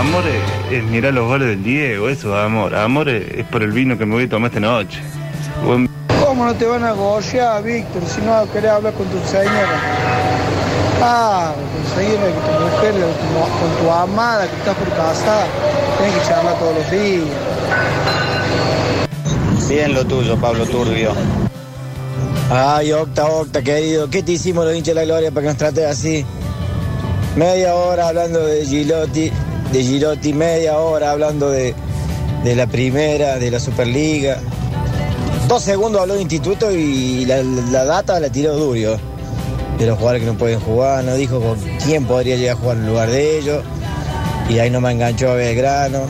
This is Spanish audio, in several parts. Amor es, es mirar los goles del Diego, eso es amor. Amor es, es por el vino que me voy a tomar esta noche. Buen- ¿Cómo no te van a gocear, Víctor, si no querés hablar con tu señora? Ah, con tu señora, con tu mujer, con tu, con tu amada que estás por casada, tenés que charlar todos los días. Bien lo tuyo, Pablo Turbio. Ay, Octa, Octa, querido, ¿qué te hicimos los hinchas de la gloria para que nos trates así? Media hora hablando de Gilotti, de Gilotti, media hora hablando de, de la primera, de la Superliga. Dos segundos habló de instituto y la, la data la tiró Durio. De los jugadores que no pueden jugar, no dijo con quién podría llegar a jugar en lugar de ellos. Y ahí no me enganchó a Belgrano.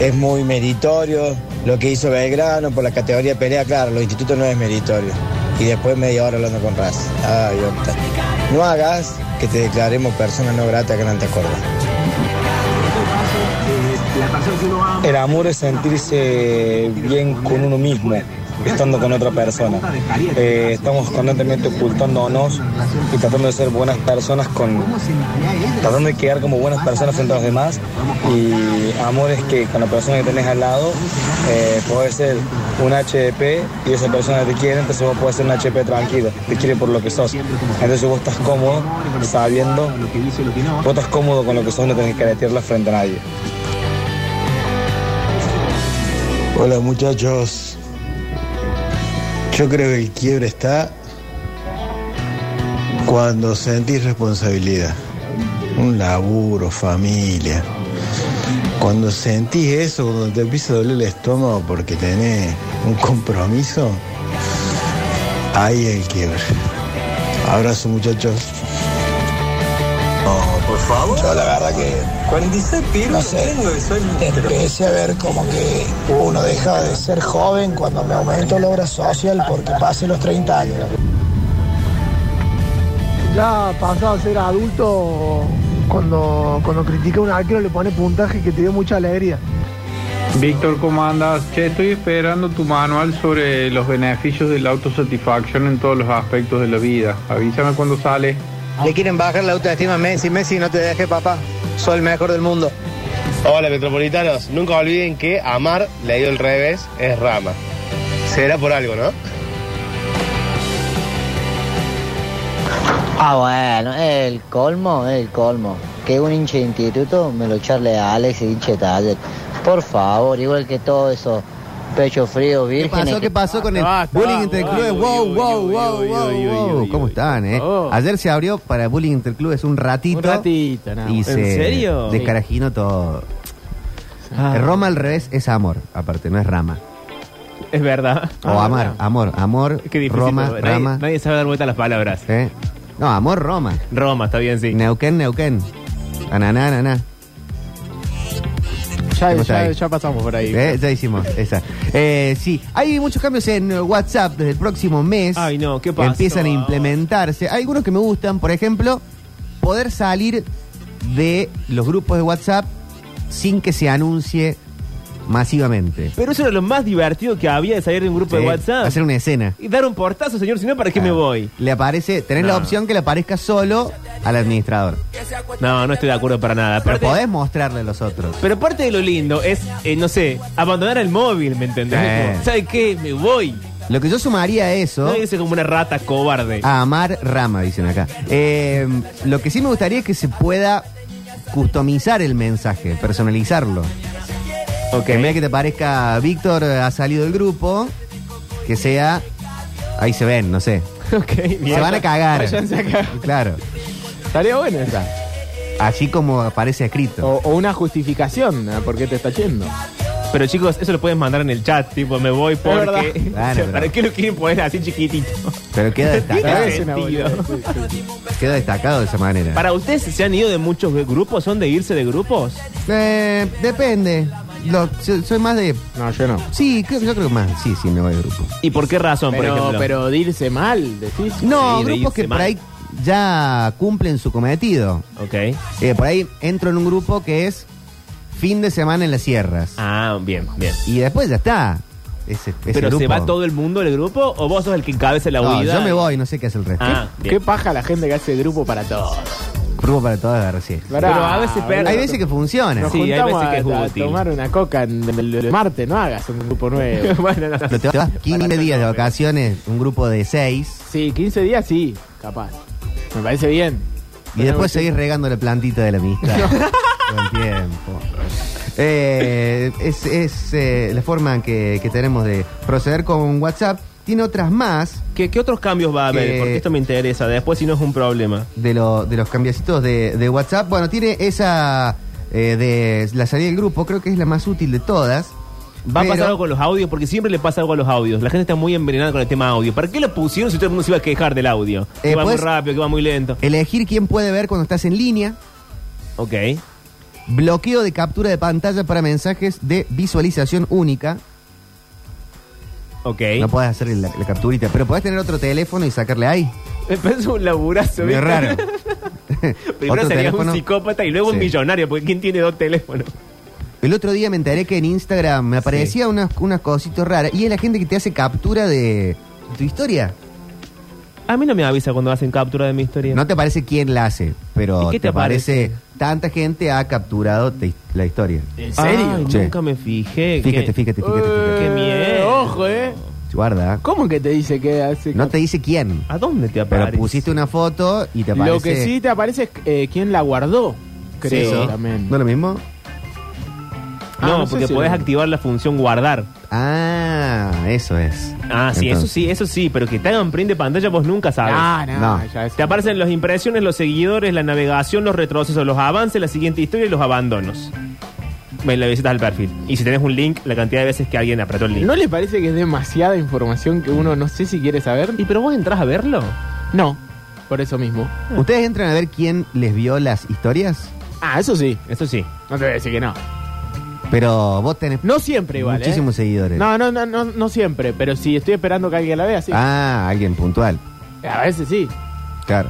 Es muy meritorio lo que hizo Belgrano por la categoría de pelea, claro, los institutos no es meritorio. Y después media hora hablando con Raz. Ay, Octa. No hagas que te declaremos persona no grata que no te acordas. El amor es sentirse bien con uno mismo, estando con otra persona. Eh, estamos constantemente ocultándonos y tratando de ser buenas personas con. tratando de quedar como buenas personas frente a los demás. Y amor es que con la persona que tenés al lado, eh, podés ser un HDP y esa persona te quiere, entonces vos podés ser un HDP tranquilo, te quiere por lo que sos. Entonces vos estás cómodo sabiendo, vos estás cómodo con lo que sos, no tenés que caretearla frente a nadie. Hola muchachos. Yo creo que el quiebre está cuando sentís responsabilidad. Un laburo, familia. Cuando sentís eso, cuando te empieza a doler el estómago porque tenés un compromiso, ahí el quiebre. Abrazo muchachos. Por favor. Yo la verdad que 46 pilos No sé. tengo y soy empecé a ver como que uno deja de ser joven cuando me aumento la obra social porque pasé los 30 años. Ya pasado a ser adulto, cuando, cuando critica a un arquero le pone puntaje que te dio mucha alegría. Víctor, ¿cómo andas? Che, estoy esperando tu manual sobre los beneficios de la autosatisfacción en todos los aspectos de la vida. Avísame cuando sale. Le quieren bajar la autoestima a Messi. Messi, no te dejes papá. Soy el mejor del mundo. Hola metropolitanos, nunca olviden que amar leído al revés es rama. Será por algo, ¿no? Ah, bueno, el colmo, el colmo. Que un hinche de instituto me lo charle a Alex y hinche de taller. Por favor, igual que todo eso. Pecho frío, ¿Qué virgen. pasó? ¿Qué pasó con el bullying interclubes? Wow, wow, wow, wow, wow. ¿Cómo están, eh? Ayer se abrió para bullying interclubes un ratito. Oh, Un ratito, nada Y más. se ¿En serio? descarajinó todo. Ah. Roma al revés es amor, aparte, no es rama. Es verdad. O amar, amor, amor, Ah, Qué difícil. Roma, Nadie- Rama. Nadie sabe dar vuelta a las palabras. ¿eh? No, amor, Roma. Roma, está bien, sí. Neuquén, Neuquén. Ananá, ananá. Ya, ¿Cómo está ya- ahí? ya pasamos por ahí. Eh, Ya hicimos esa. Eh, sí, hay muchos cambios en eh, WhatsApp desde el próximo mes. Ay, no, ¿qué pasó? Empiezan a implementarse. Hay algunos que me gustan, por ejemplo, poder salir de los grupos de WhatsApp sin que se anuncie masivamente. Pero eso era lo más divertido que había de salir de un grupo de Sí, WhatsApp. Hacer una escena. Y dar un portazo, señor, si no, ¿para qué me Ah, voy? Le aparece, tenés la No. opción que le aparezca solo al administrador. No, no estoy de acuerdo para nada. Pero Aparte- podés mostrarle a los otros. Pero parte de lo lindo es, eh, no sé, abandonar el móvil, ¿me entendés? Sí. ¿Sabes qué? Me voy. Lo que yo sumaría a eso. No dice como una rata cobarde. A amar rama, dicen acá. Eh, lo que sí me gustaría es que se pueda customizar el mensaje, personalizarlo. Ok. Que en vez de que te parezca Víctor eh, ha salido del grupo, que sea ahí se ven, no sé. Ok, bien. Se van a cagar. Váyanse a cagar. Claro. Estaría buena esa. Así como aparece escrito. O, o una justificación a por qué te está yendo. Pero chicos, eso lo puedes mandar en el chat, tipo, me voy verdad. porque. O sea, Bueno, ¿Para pero- qué lo quieren poner así chiquitito? Pero queda destacado, Tiene sentido. queda destacado de esa manera. Para ustedes, ¿se han ido de muchos grupos? ¿Son de irse de grupos? Eh, depende. Lo- so- soy más de. No, yo no. Sí, creo, yo creo que más. Sí, sí, me voy de grupo. ¿Y por qué razón, por Pero, ejemplo? pero de irse mal, decís. No, Sí, de grupos irse que por mal. ahí ya cumplen su cometido. Ok. Eh, por ahí entro en un grupo que es fin de semana en las sierras. Ah, bien, bien. Y después ya está. Ese, ese ¿Pero se grupo. va todo el mundo del grupo o vos sos el que encabeza la No, huida? yo me voy, no sé qué hace el resto. Ah, Qué bien. paja la gente que hace grupo para todo. Pruebo para todas las recién. Pero a veces per- Hay veces que funciona. Nos juntamos a, a tomar una coca en el, el martes, no hagas un grupo nuevo. Pero te vas 15 días de vacaciones, un grupo de 6, Sí, 15 días sí, capaz. Me parece bien. y después seguís regando la plantita de la amistad. Todo el tiempo. Eh, es es, eh, la forma que, que tenemos de proceder con WhatsApp. Tiene otras más ¿Qué, qué otros cambios va a haber? Que- Porque esto me interesa. Después, si no es un problema. de, lo- de los cambiacitos de, de WhatsApp. Bueno, tiene esa eh, de la salida del grupo, creo que es la más útil de todas. Va a pero- pasar algo con los audios, porque siempre le pasa algo a los audios. La gente está muy envenenada con el tema audio. ¿Para qué lo pusieron si todo el mundo se iba a quejar del audio? que Eh, va pues- muy rápido, que va muy lento. Elegir quién puede ver cuando estás en línea. Ok. Bloqueo de captura de pantalla para mensajes de visualización única. Ok. No podés hacer la, la capturita, pero podés tener otro teléfono y sacarle ahí. Me parece un laburazo, Muy ¿viste? raro. Primero Otro sería teléfono. un psicópata y luego un Sí. millonario, porque ¿quién tiene dos teléfonos? El otro día me enteré que en Instagram me aparecía unas, unas cositas raras y es la gente que te hace captura de tu historia. A mí no me avisa cuando hacen captura de mi historia. No te aparece quién la hace, pero ¿Y te, qué te aparece? tanta gente ha capturado te- la historia. ¿En Ay, serio? che, Nunca me fijé. Ah, Fíjate, fíjate, fíjate, fíjate. Qué Eh, miedo. ojo, eh. Guarda. ¿Cómo que te dice que hace? No te dice quién, ¿A dónde te pero aparece? pusiste una foto y te aparece. Lo que sí te aparece es eh, quién la guardó. Creo Eso. también. ¿No es lo mismo? No, Ah, no sé porque si- podés activar la función guardar. Ah, eso es. Ah, sí, eso Entonces. sí, eso sí, pero que te hagan print de pantalla vos nunca sabes. Ah, no, No. ya es- Te aparecen las impresiones, los seguidores, la navegación, los retrocesos, los avances, la siguiente historia y los abandonos. Me la visitas al perfil. Y si tenés un link, la cantidad de veces que alguien apretó el link. ¿No le parece que es demasiada información que uno no sé si quiere saber? ¿Y pero vos entrás a verlo? No, por eso mismo. ¿Ustedes entran a ver quién les vio las historias? Ah, eso sí. Eso sí. No te voy a decir que no. Pero vos tenés No siempre igual, ¿eh? muchísimos seguidores. No, no, no, no, no siempre, pero si estoy esperando que alguien la vea, sí. Ah, alguien puntual. A veces sí. Claro.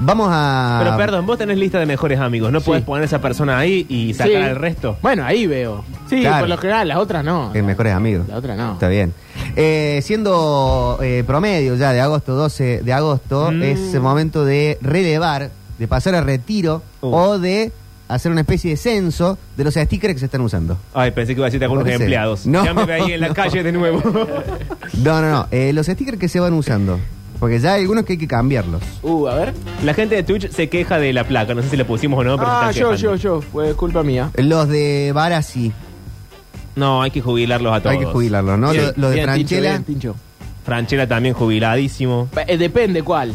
Vamos a. Pero perdón, vos tenés lista de mejores amigos. No Sí. podés poner a esa persona ahí y sacar Sí. al resto. Bueno, ahí veo. Sí, Claro. por lo general, las otras no. En mejores amigos. La otra no. Está bien. Eh, siendo eh, promedio ya de agosto 12 de agosto, Mm. es el momento de relevar, de pasar a retiro Uh. o de hacer una especie de censo de los stickers que se están usando. Ay, pensé que iba a decirte algunos Parece- empleados. No, ya me veía en la no. calle de nuevo. No, no, no. eh, los stickers que se van usando. Porque ya hay algunos que hay que cambiarlos. Uh, a ver. la gente de Twitch se queja de la placa. No sé si la pusimos o no, pero se ah, están yo, yo, quejando. yo. Fue culpa mía. Los de Barassi, No, hay que jubilarlos a todos. hay que jubilarlos, ¿no? Sí. Lo, lo de Bien, Franchella. Tincho, bien, Tincho. Franchella también jubiladísimo. Pa- eh, depende cuál.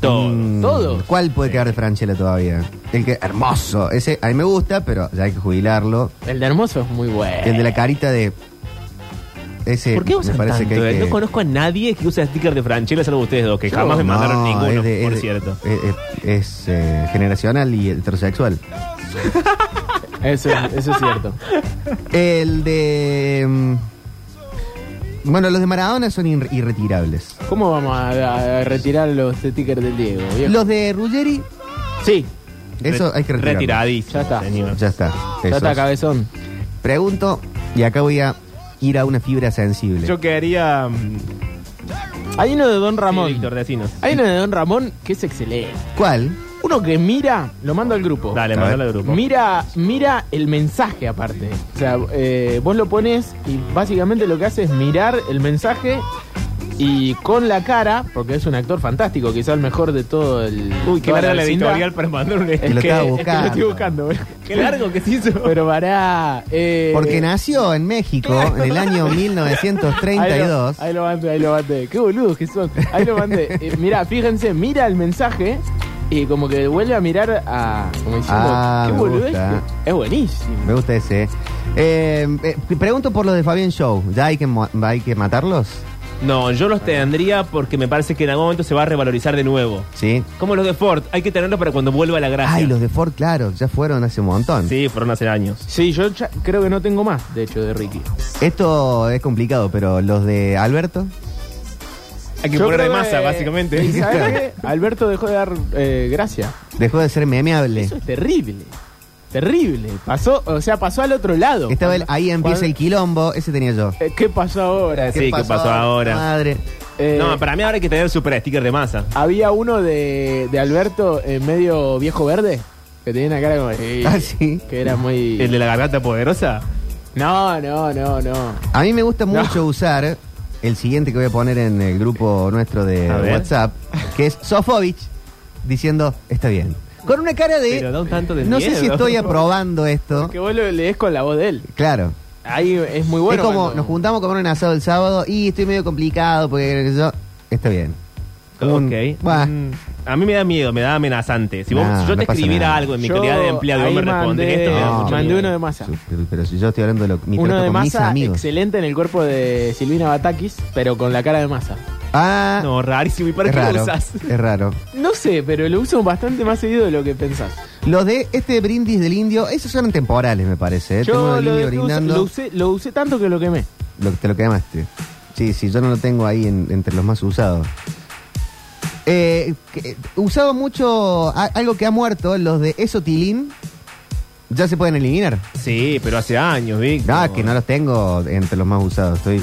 Todo. Mm, Todo. ¿Cuál puede quedar de Franchella todavía? El que hermoso. Ese a mí me gusta, pero ya hay que jubilarlo. El de hermoso es muy bueno. El de la carita de. Ese ¿Por qué me usan parece tanto? que hay eh? que- No conozco a nadie que use sticker de Franchella, salvo ustedes dos, que Yo. jamás me No, mandaron ninguno, es de- por es de- cierto. Es, es, eh, generacional y heterosexual. Eso, eso es cierto. El de. mm, Bueno, los de Maradona son irre- irretirables. ¿Cómo vamos a, a- a retirar los stickers del Diego? viejo? Los de Ruggeri, Sí, eso hay que retirarlo. Retiradísimo. Ya está. señor. Ya está. ya esos. está cabezón. Pregunto, y acá voy a ir a una fibra sensible. Yo mm, quería. mm, Hay uno de Don Ramón. Sí, Víctor, decinos. Hay uno de Don Ramón que es excelente. ¿Cuál? Uno que mira, lo mando al grupo. Dale, A mandalo al ver. grupo. Mira, mira el mensaje aparte. O sea, eh, vos lo pones y básicamente lo que hace es mirar el mensaje y con la cara, porque es un actor fantástico, quizá el mejor de todo el. Uy, qué toda larga la vecindad. editorial para mandar un Es lo que, estaba es que lo estoy buscando. buscando. Qué largo que se hizo. Pero pará. eh, Porque nació en México en el año Ahí lo, 1932. ahí lo mandé, ahí lo mandé. Qué boludos que son. Ahí lo mandé. Eh, mira, fíjense, mira el mensaje y como que vuelve a mirar a. Como diciendo, Ah, qué me boludo este. gusta. Es buenísimo. Me gusta ese. Eh, eh, pregunto por los de Fabián Show. ¿Ya hay que, mo- hay que matarlos? No, yo los tendría porque me parece que en algún momento se va a revalorizar de nuevo. Sí. Como los de Ford, hay que tenerlos para cuando vuelva la gracia. Ay, los de Ford, claro, ya fueron hace un montón. Sí, fueron hace años. Sí, yo ya- creo que no tengo más, de hecho, de Ricky. Esto es complicado, pero los de Alberto. Hay que Yo poner de creo masa, que- básicamente. ¿Y sabes qué? Alberto dejó de dar eh, gracia. Dejó de ser memeable. Eso es terrible. Terrible. Pasó, o sea, pasó al otro lado. Estaba el- ahí empieza el quilombo, ese tenía yo. el... ¿Qué pasó ahora? Sí, ¿qué pasó ahora? Madre. Eh, no, para mí ahora hay que tener super sticker de masa. Había uno de, de Alberto eh, medio viejo verde que tenía una cara como. eh, Ah, sí. Que era muy. ¿El de la garganta poderosa? No, no, no, no. A mí me gusta mucho usar el siguiente que voy a poner en el grupo nuestro de A ver. WhatsApp, que es Sofovich diciendo, está bien. Con una cara de... Pero da un tanto de no sé miedo. si estoy aprobando esto. Que vos lo lees con la voz de él. Claro. Ahí es muy bueno. es como, cuando- nos juntamos a comer un asado el sábado y estoy medio complicado porque yo... Está bien. Como un- Ok. Buah. Mm, A mí me da miedo, me da amenazante. Si, vos, Nah, si yo no te pasa escribiera nada. Ah, algo en mi Yo calidad de empleado y vos ahí me respondes mandé- esto, me da mucho No, eh, mandé miedo. uno de masa. Pero, pero si yo estoy hablando de lo, mi Uno trato de con mis masa, amigos. excelente en el cuerpo de Silvina Batakis, pero con la cara de masa. Ah, No, rarísimo. ¿Y para es qué lo raro. usás? Es raro. No sé, pero lo uso bastante más seguido de lo que pensás. Los de este brindis del indio, esos son temporales, me parece. ¿eh? Tengo Yo el lo, indio dejé usar- brindando. lo usé, lo usé tanto que lo quemé. Lo que te lo quemaste. Sí, sí, yo no lo tengo ahí en- entre los más usados. Eh, que- usado mucho a- algo que ha muerto, los de Esotilín. ¿Ya se pueden eliminar? Sí, pero hace años, Vic. Ah, que no los tengo entre los más usados. Estoy.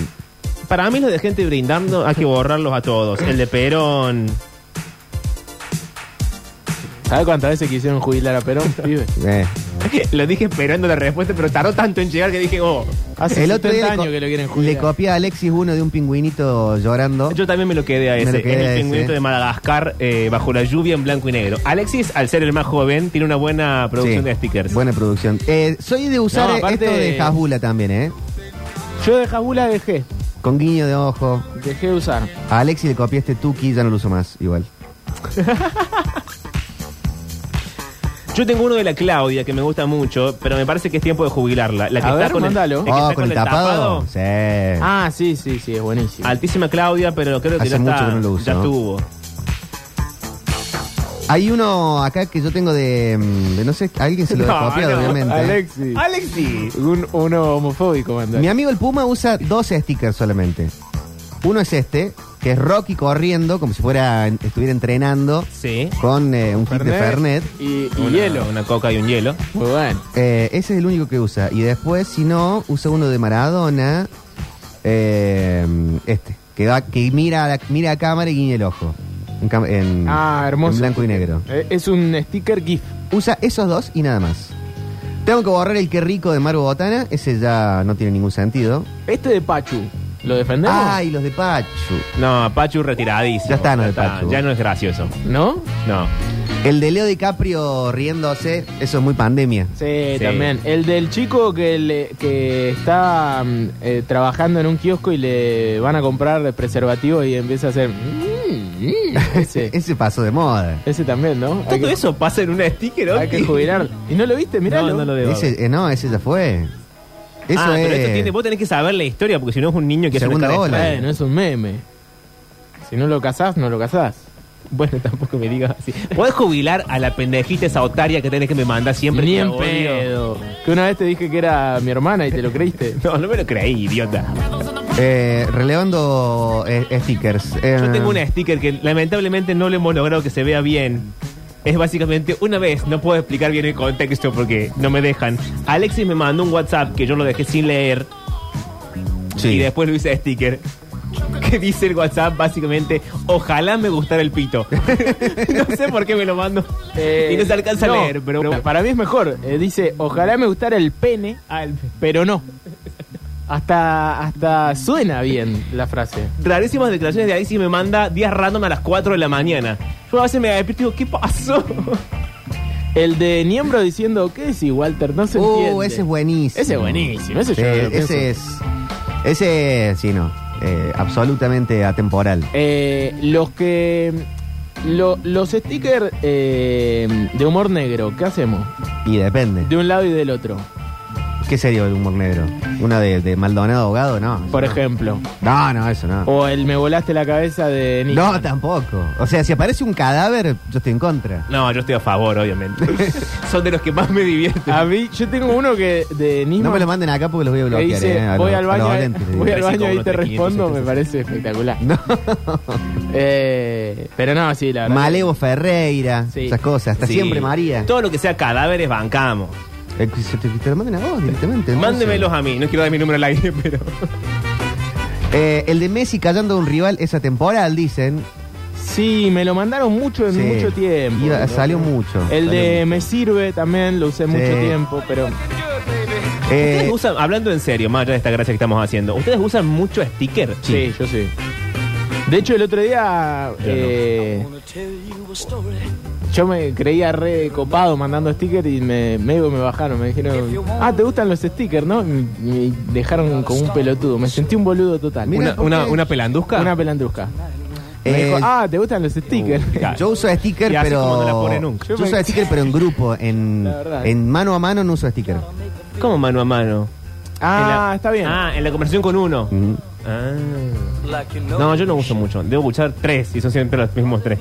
Para mí los de gente brindando hay que borrarlos a todos. El de Perón. ¿Sabes cuántas veces quisieron jubilar a Perón, pibe? eh. lo dije esperando la respuesta, pero tardó tanto en llegar que dije, oh. Hace El 70 otro día le, años co- que lo quieren le jubilar. copié a Alexis uno de un pingüinito llorando. Yo también me lo quedé a Me ese. lo quedé es a el ese. pingüinito de Madagascar eh, bajo la lluvia en blanco y negro. Alexis, al ser el más joven, tiene una buena producción Sí, de stickers. Buena producción. Eh, soy de usar No, aparte- esto de Jabula también, ¿eh? Yo de Jabula dejé. Con guiño de ojo. Dejé de usar. A Alexi le copié este Tuki, ya no lo uso más, igual. Yo tengo uno de la Claudia que me gusta mucho, pero me parece que es tiempo de jubilarla. La que A está ver, con mándalo. el, Ah, la que está con el tapado. Sí. Ah, sí, sí, sí, es buenísimo. Altísima Claudia, pero creo que Hace ya está- mucho que no lo uso, ya ¿no? estuvo. Hay uno acá que yo tengo de. mm, de no sé, alguien se lo No, ha copiado, no. obviamente. Alexi. Alexis. Un, uno homofóbico, mandó. Mi amigo el Puma usa dos stickers solamente. Uno es este, que es Rocky corriendo, como si fuera estuviera entrenando, Sí. con eh, un kit de Fernet. Y, y Una- hielo. Una coca y un hielo. Muy bueno. Eh, ese es el único que usa. Y después, si no, usa uno de Maradona. eh, este. Que, va, que mira, a la- mira a cámara y guiña el ojo. En, cam- en- Ah, hermoso. en blanco y negro. Eh, Es un sticker GIF. Usa esos dos y nada más. Tengo que borrar el que rico de Maru Botana. Ese ya no tiene ningún sentido. Este de Pachu, ¿lo defendemos? Ah, y los de Pachu. No, Pachu retiradísimo. Ya está, no, de Pachu. Ya no es gracioso. ¿No? No. El de Leo DiCaprio riéndose, eso es muy pandemia. Sí, Sí. Eh, también. El del chico que, eh, le- que está mm, eh, trabajando en un kiosco y le van a comprar de preservativo y empieza a hacer... mm, mm, ese, Ese pasó de moda. ese también, ¿no? Hay Todo que, eso pasa en un sticker, hay que jubilar. ¿Y no lo viste? Mirá. No, no lo veo. Ese, eh, no, ese ya fue. Eso ah, es. pero esto tiene, vos tenés que saber la historia, porque si no es un niño que hace una Segunda cara de ola. extraño. Bueno, es un meme. Si no lo casás, no lo casás. Bueno, tampoco me digas así. ¿Podés jubilar a la pendejita esa otaria que tenés que me mandar siempre? Ni que en la odio? pedo. Que una vez te dije que era mi hermana y te lo creíste. No, no me lo creí, idiota. Eh, relevando eh, stickers. Yo Eh, tengo un sticker que lamentablemente no lo hemos logrado que se vea bien. Es básicamente una vez, no puedo explicar bien el contexto porque no me dejan. Alexis me mandó un WhatsApp que yo lo dejé sin leer Sí. y después lo hice sticker. Que dice el WhatsApp básicamente, ojalá me gustara el pito. no sé por qué me lo mando. Eh, y no se alcanza no, a leer, pero... pa- Para mí es mejor. Eh, dice, ojalá me gustara el pene, Ah, el- pero no. Hasta, hasta suena bien la frase. rarísimas declaraciones de Alexis me manda días random a las 4 de la mañana. Yo a veces me despierto y digo, ¿qué pasó? El de Niembro diciendo, ¿qué decís, Walter? No se Uh, entiende. ese es buenísimo. Ese es buenísimo, ese yo Eh, lo pienso. ese es. Ese, sí, no. eh, absolutamente atemporal. Eh, los que... mm, lo- los stickers eh, de humor negro, ¿qué hacemos? Y depende. De un lado y del otro, ¿Qué sería el humor negro? ¿Una de, de Maldonado Ahogado? No. por No. ejemplo. No, no, eso no. O el me volaste la cabeza de Nick. No, tampoco. O sea, si aparece un cadáver, yo estoy en contra. No, yo estoy a favor, obviamente. Son de los que más me divierten. A mí, yo tengo uno que de Nisman No me lo manden acá porque los voy a que bloquear. dice, eh, a voy al los- a los baño, oyentes, les digo. voy al Parece baño como y te otro 500, respondo, me entonces. parece espectacular. Eh, pero no, sí, la verdad. Malevo Ferreira, Sí. esas cosas. Hasta Sí. siempre María. Todo lo que sea cadáveres, bancamos. Eh, que se te, que te lo manden a vos directamente. entonces. Mándemelos a mí, no quiero dar mi número al aire, pero. Eh, el de Messi callando a un rival esa temporada, dicen. Sí, me lo mandaron mucho en Sí. mucho tiempo. Iba- salió mucho. El Salió de mucho. Me Sirve también lo usé mucho tiempo, pero. Eh, Ustedes usan, hablando en serio, más allá de esta gracia que estamos haciendo, ¿ustedes usan mucho sticker? Sí, yo sí. De hecho, el otro día. eh, yo me creía re copado mandando stickers y me, medio me bajaron. Me dijeron, ah, ¿te gustan los stickers, no? Y Me dejaron como un pelotudo. Me sentí un boludo total. Mira, Una- ¿por una- qué? una pelandusca? Una pelandusca. Me Eh, dijo, ah, ¿te gustan los stickers? Uh, Yo uso sticker, Y así pero. como no la pone nunca. Yo Yo uso me- sticker, pero en grupo. En, La verdad. en mano a mano no uso sticker. ¿Cómo mano a mano? Ah, En la- está bien. Ah, en la conversación con uno. Mm. Ah. No, yo no uso mucho. Debo usar tres y son siempre los mismos tres.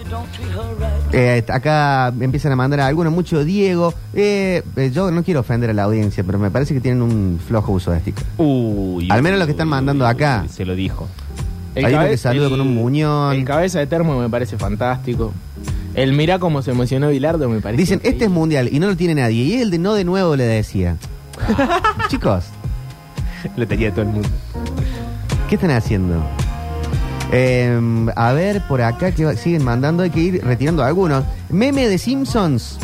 Eh, acá me empiezan a mandar a alguno, mucho Diego. Eh, eh, yo no quiero ofender a la audiencia, pero me parece que tienen un flojo uso de sticker. Uy. Al menos los que están mandando acá. Se lo dijo. El Hay uno cabe- que saluda el- con un muñón. El cabeza de termo me parece fantástico. El mira cómo se emocionó Bilardo me parece. Dicen, este es mundial y no lo tiene nadie. Y el de no de nuevo le decía. Chicos, Lo tenía todo el mundo. ¿qué están haciendo? Eh, a ver, por acá que va- siguen mandando, hay que ir retirando algunos. Meme de Simpsons,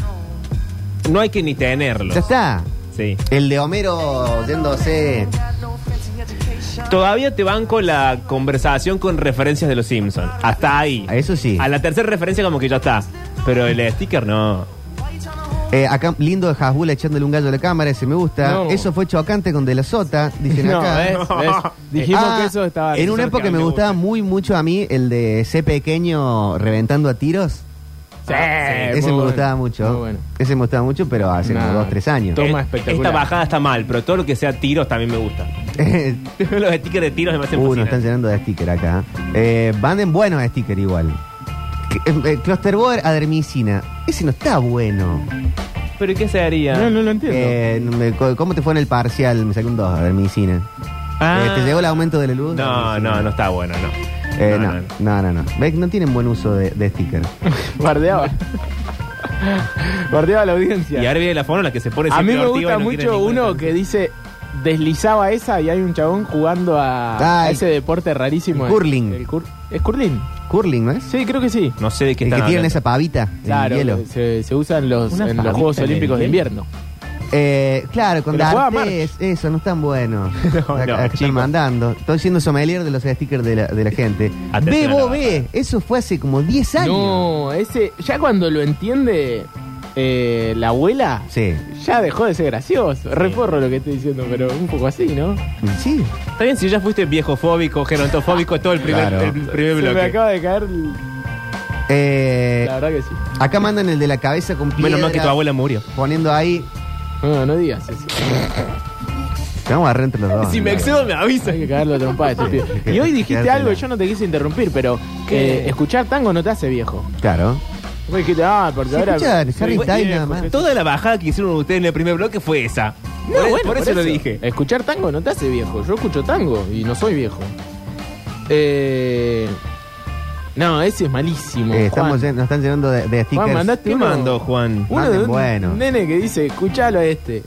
No hay que ni tenerlo. ya está. Sí. El de Homero yéndose. Todavía te banco la conversación con referencias de los Simpsons. Hasta ahí. Eso sí. A la tercera referencia como que ya está. Pero el sticker no. Eh, acá, lindo de Hasbula echándole un gallo a la cámara, ese me gusta. No. Eso fue chocante con De la Sota, dicen No, acá. ¿ves? ¿ves? Dijimos Ah, que eso estaba. En una época me gustaba muy mucho a mí el de C pequeño reventando a tiros. Sí, Eh, Ese me muy bueno, gustaba mucho. muy bueno. Ese me gustaba mucho, pero hace Nah. unos dos, tres años. Toma Eh, espectacular. Esta bajada está mal, pero todo lo que sea tiros también me gusta. los stickers de tiros me hacen Uno, fascinar. Eh, uh, están llenando de sticker acá. Eh, Banden buenos de sticker igual. Que- eh, eh, Clusterboard adermicina. Ese no está bueno. ¿Pero qué sería? No, no lo entiendo. Eh, me- co- ¿Cómo te fue en el parcial? Me sacó un 2 adermicina. Ah. Eh, ¿Te llegó el aumento de la luz? No, no, no está bueno, no. Eh, No, no, no, no, no, no. Ve que no tienen buen uso de, de sticker. Bardeaba. Bardeaba la audiencia. Y ahora viene la forma en la que se pone A mí siempre me ortiva gusta y no quiere mucho ninguna uno canción. que dice deslizaba esa y hay un chabón jugando a, Ah, a el- ese deporte rarísimo. el curling. El cur- ¿Es curling? Curling, ¿no es? Sí, creo que sí. No sé de qué El que están tienen hablando. esa pavita en Claro, el hielo. se, se usa en los, Una en los pavita Juegos en el Olímpicos de hielo. invierno. Eh, claro, con Pero juega dartes, eso, no están buenos. No, Acá- no, acá están chicos. mandando. Estoy siendo sommelier de los stickers de la, de la gente. Atención a la BBB, eso fue hace como 10 años. No, ese, ya cuando lo entiende eh, la abuela, Ah, Sí, ya dejó de ser gracioso. Reporro lo que estoy diciendo, pero un poco así, ¿no? sí. Está bien si ya fuiste viejofóbico, gerontofóbico, todo el primer, Claro. el primer Se me bloque. acaba de caer, l- Eh, la verdad que sí. acá mandan el de la cabeza con Menos mal que tu piedra, abuela murió. Poniendo ahí. No, no digas eso. Te vamos a agarrar entre los dos. Si me ¿no? excedo, me avisa. Hay que cagarlo a trompada este Sí. pibe. Y hoy dijiste Quédate algo, la- yo no te quise interrumpir, pero que escuchar tango no te hace viejo. Claro. Vos dijiste, ah, porque Se ahora. escucha Harry soy Styles viejo, nada más. soy- Toda la bajada que hicieron ustedes en el primer bloque fue esa. No, por, bueno, por eso, lo dije. Escuchar tango no te hace viejo. Yo escucho tango y no soy viejo. Eh, no, ese es malísimo. Juan. Eh, estamos, llen- nos están llenando de, de stickers. Juan, mandaste ¿Qué uno. mandó, Juan? Uno de Manden un bueno. nene que dice, escuchalo a este.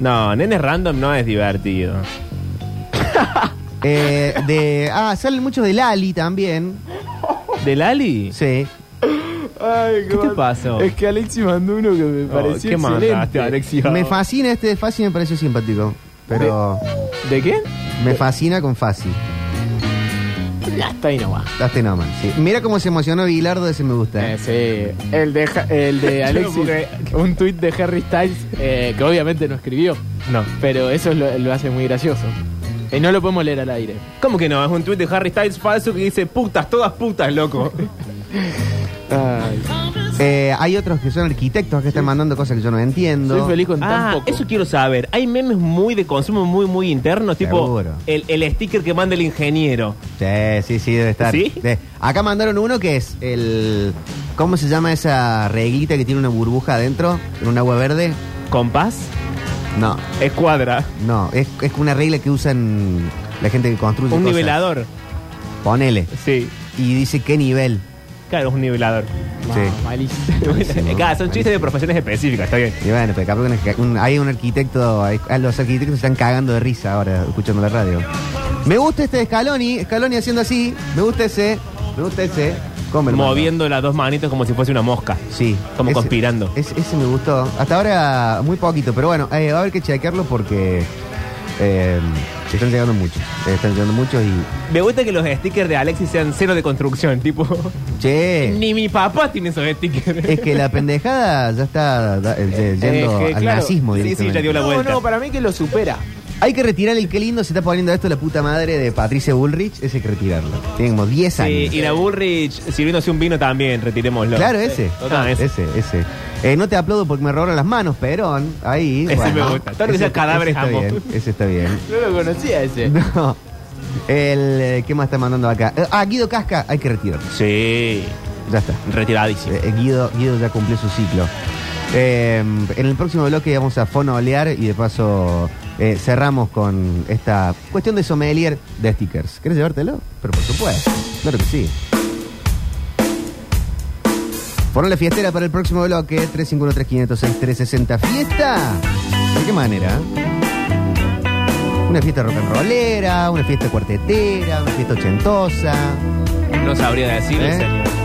No, nenes random no es divertido. Eh, de, ah, salen muchos de Lali también. ¿De Lali? Sí. Ay, ¿Qué te pasó? Es que Alexi mandó uno que me Oh, pareció ¿Qué mandaste, excelente. Alexia? Me fascina este de Faci, me pareció simpático. Pero ¿De qué? me fascina con Faci. Ya está ahí nomás. Daste nomás. sí. Mira cómo se emocionó Bilardo de ese me gusta. Eh, ¿eh? sí, el de, Ja- el de Yo Alexis, no puedo creer. un tuit de Harry Styles eh, que obviamente no escribió, No. pero eso es lo, lo hace muy gracioso. Y no lo podemos leer al aire. ¿Cómo que no? Es un tuit de Harry Styles falso que dice putas, todas putas, loco. Eh, hay otros que son arquitectos que están mandando cosas que yo no entiendo. Soy feliz con tan Ah, poco. eso quiero saber. Hay memes muy de consumo, muy, muy internos, tipo Seguro. el, el sticker que manda el ingeniero. Sí, sí, sí, debe estar. ¿Sí? De- acá mandaron uno que es el. ¿Cómo se llama esa reglita que tiene una burbuja adentro? ¿En un agua verde? ¿Compás? No, Escuadra. no. Es, es una regla que usan la gente que construye. Un cosas. nivelador. Ponele. Sí. Y dice qué nivel. Claro, es un nivelador. No, Sí. malísimo. Acá, son chistes de profesiones específicas, está bien. Y bueno, pero capaz que un- un- hay un arquitecto, hay- ah, los arquitectos se están cagando de risa ahora escuchando la radio. Me gusta este de Scaloni, Scaloni haciendo así, me gusta ese, me gusta ese. Come, hermano. Moviendo las dos manitos como si fuese una mosca. Sí. Como Ese- conspirando. Ese, ese me gustó. Hasta ahora muy poquito, pero bueno, eh, va a haber que chequearlo porque eh, están llegando muchos. eh, están llegando muchos y. Me gusta que los stickers de Alexis sean cero de construcción, tipo. Che. Ni mi papá tiene esos stickers. Eh. Es que la pendejada ya está da- eh, ye- yendo Es que, al claro, nazismo sí, sí, directamente. ya dio la no, vuelta. no, para mí que lo supera. Hay que retirar el qué lindo se está poniendo esto la puta madre de Patricia Bullrich. Ese hay que retirarlo. Tiene como 10 Sí, años. y la Bullrich sirviéndose un vino también, retirémoslo. Claro, ese. Total, ese. ese, ese. Eh, no te aplaudo porque me robaron las manos, Perón. Ahí. Ese me gusta. Todo lo que sea está- cadáveres, está amo. bien. Ese está bien. No lo conocía ese. No. El, eh, ¿Qué más está mandando acá? Eh, ah, Guido Casca, hay que retirarlo. Sí, Ya está. retiradísimo. Eh, eh, Guido, Guido ya cumplió su ciclo. Eh, en el próximo bloque vamos a fonolear y de paso eh, cerramos con esta cuestión de sommelier de stickers. ¿Querés llevártelo? Pero por supuesto, claro que sí. Ponle fiestera para el próximo bloque, 351-3506-360. ¿Fiesta? ¿De qué manera? Una fiesta rock and rollera, una fiesta cuartetera, una fiesta ochentosa. No sabría decirlo, ¿Eh? en serio.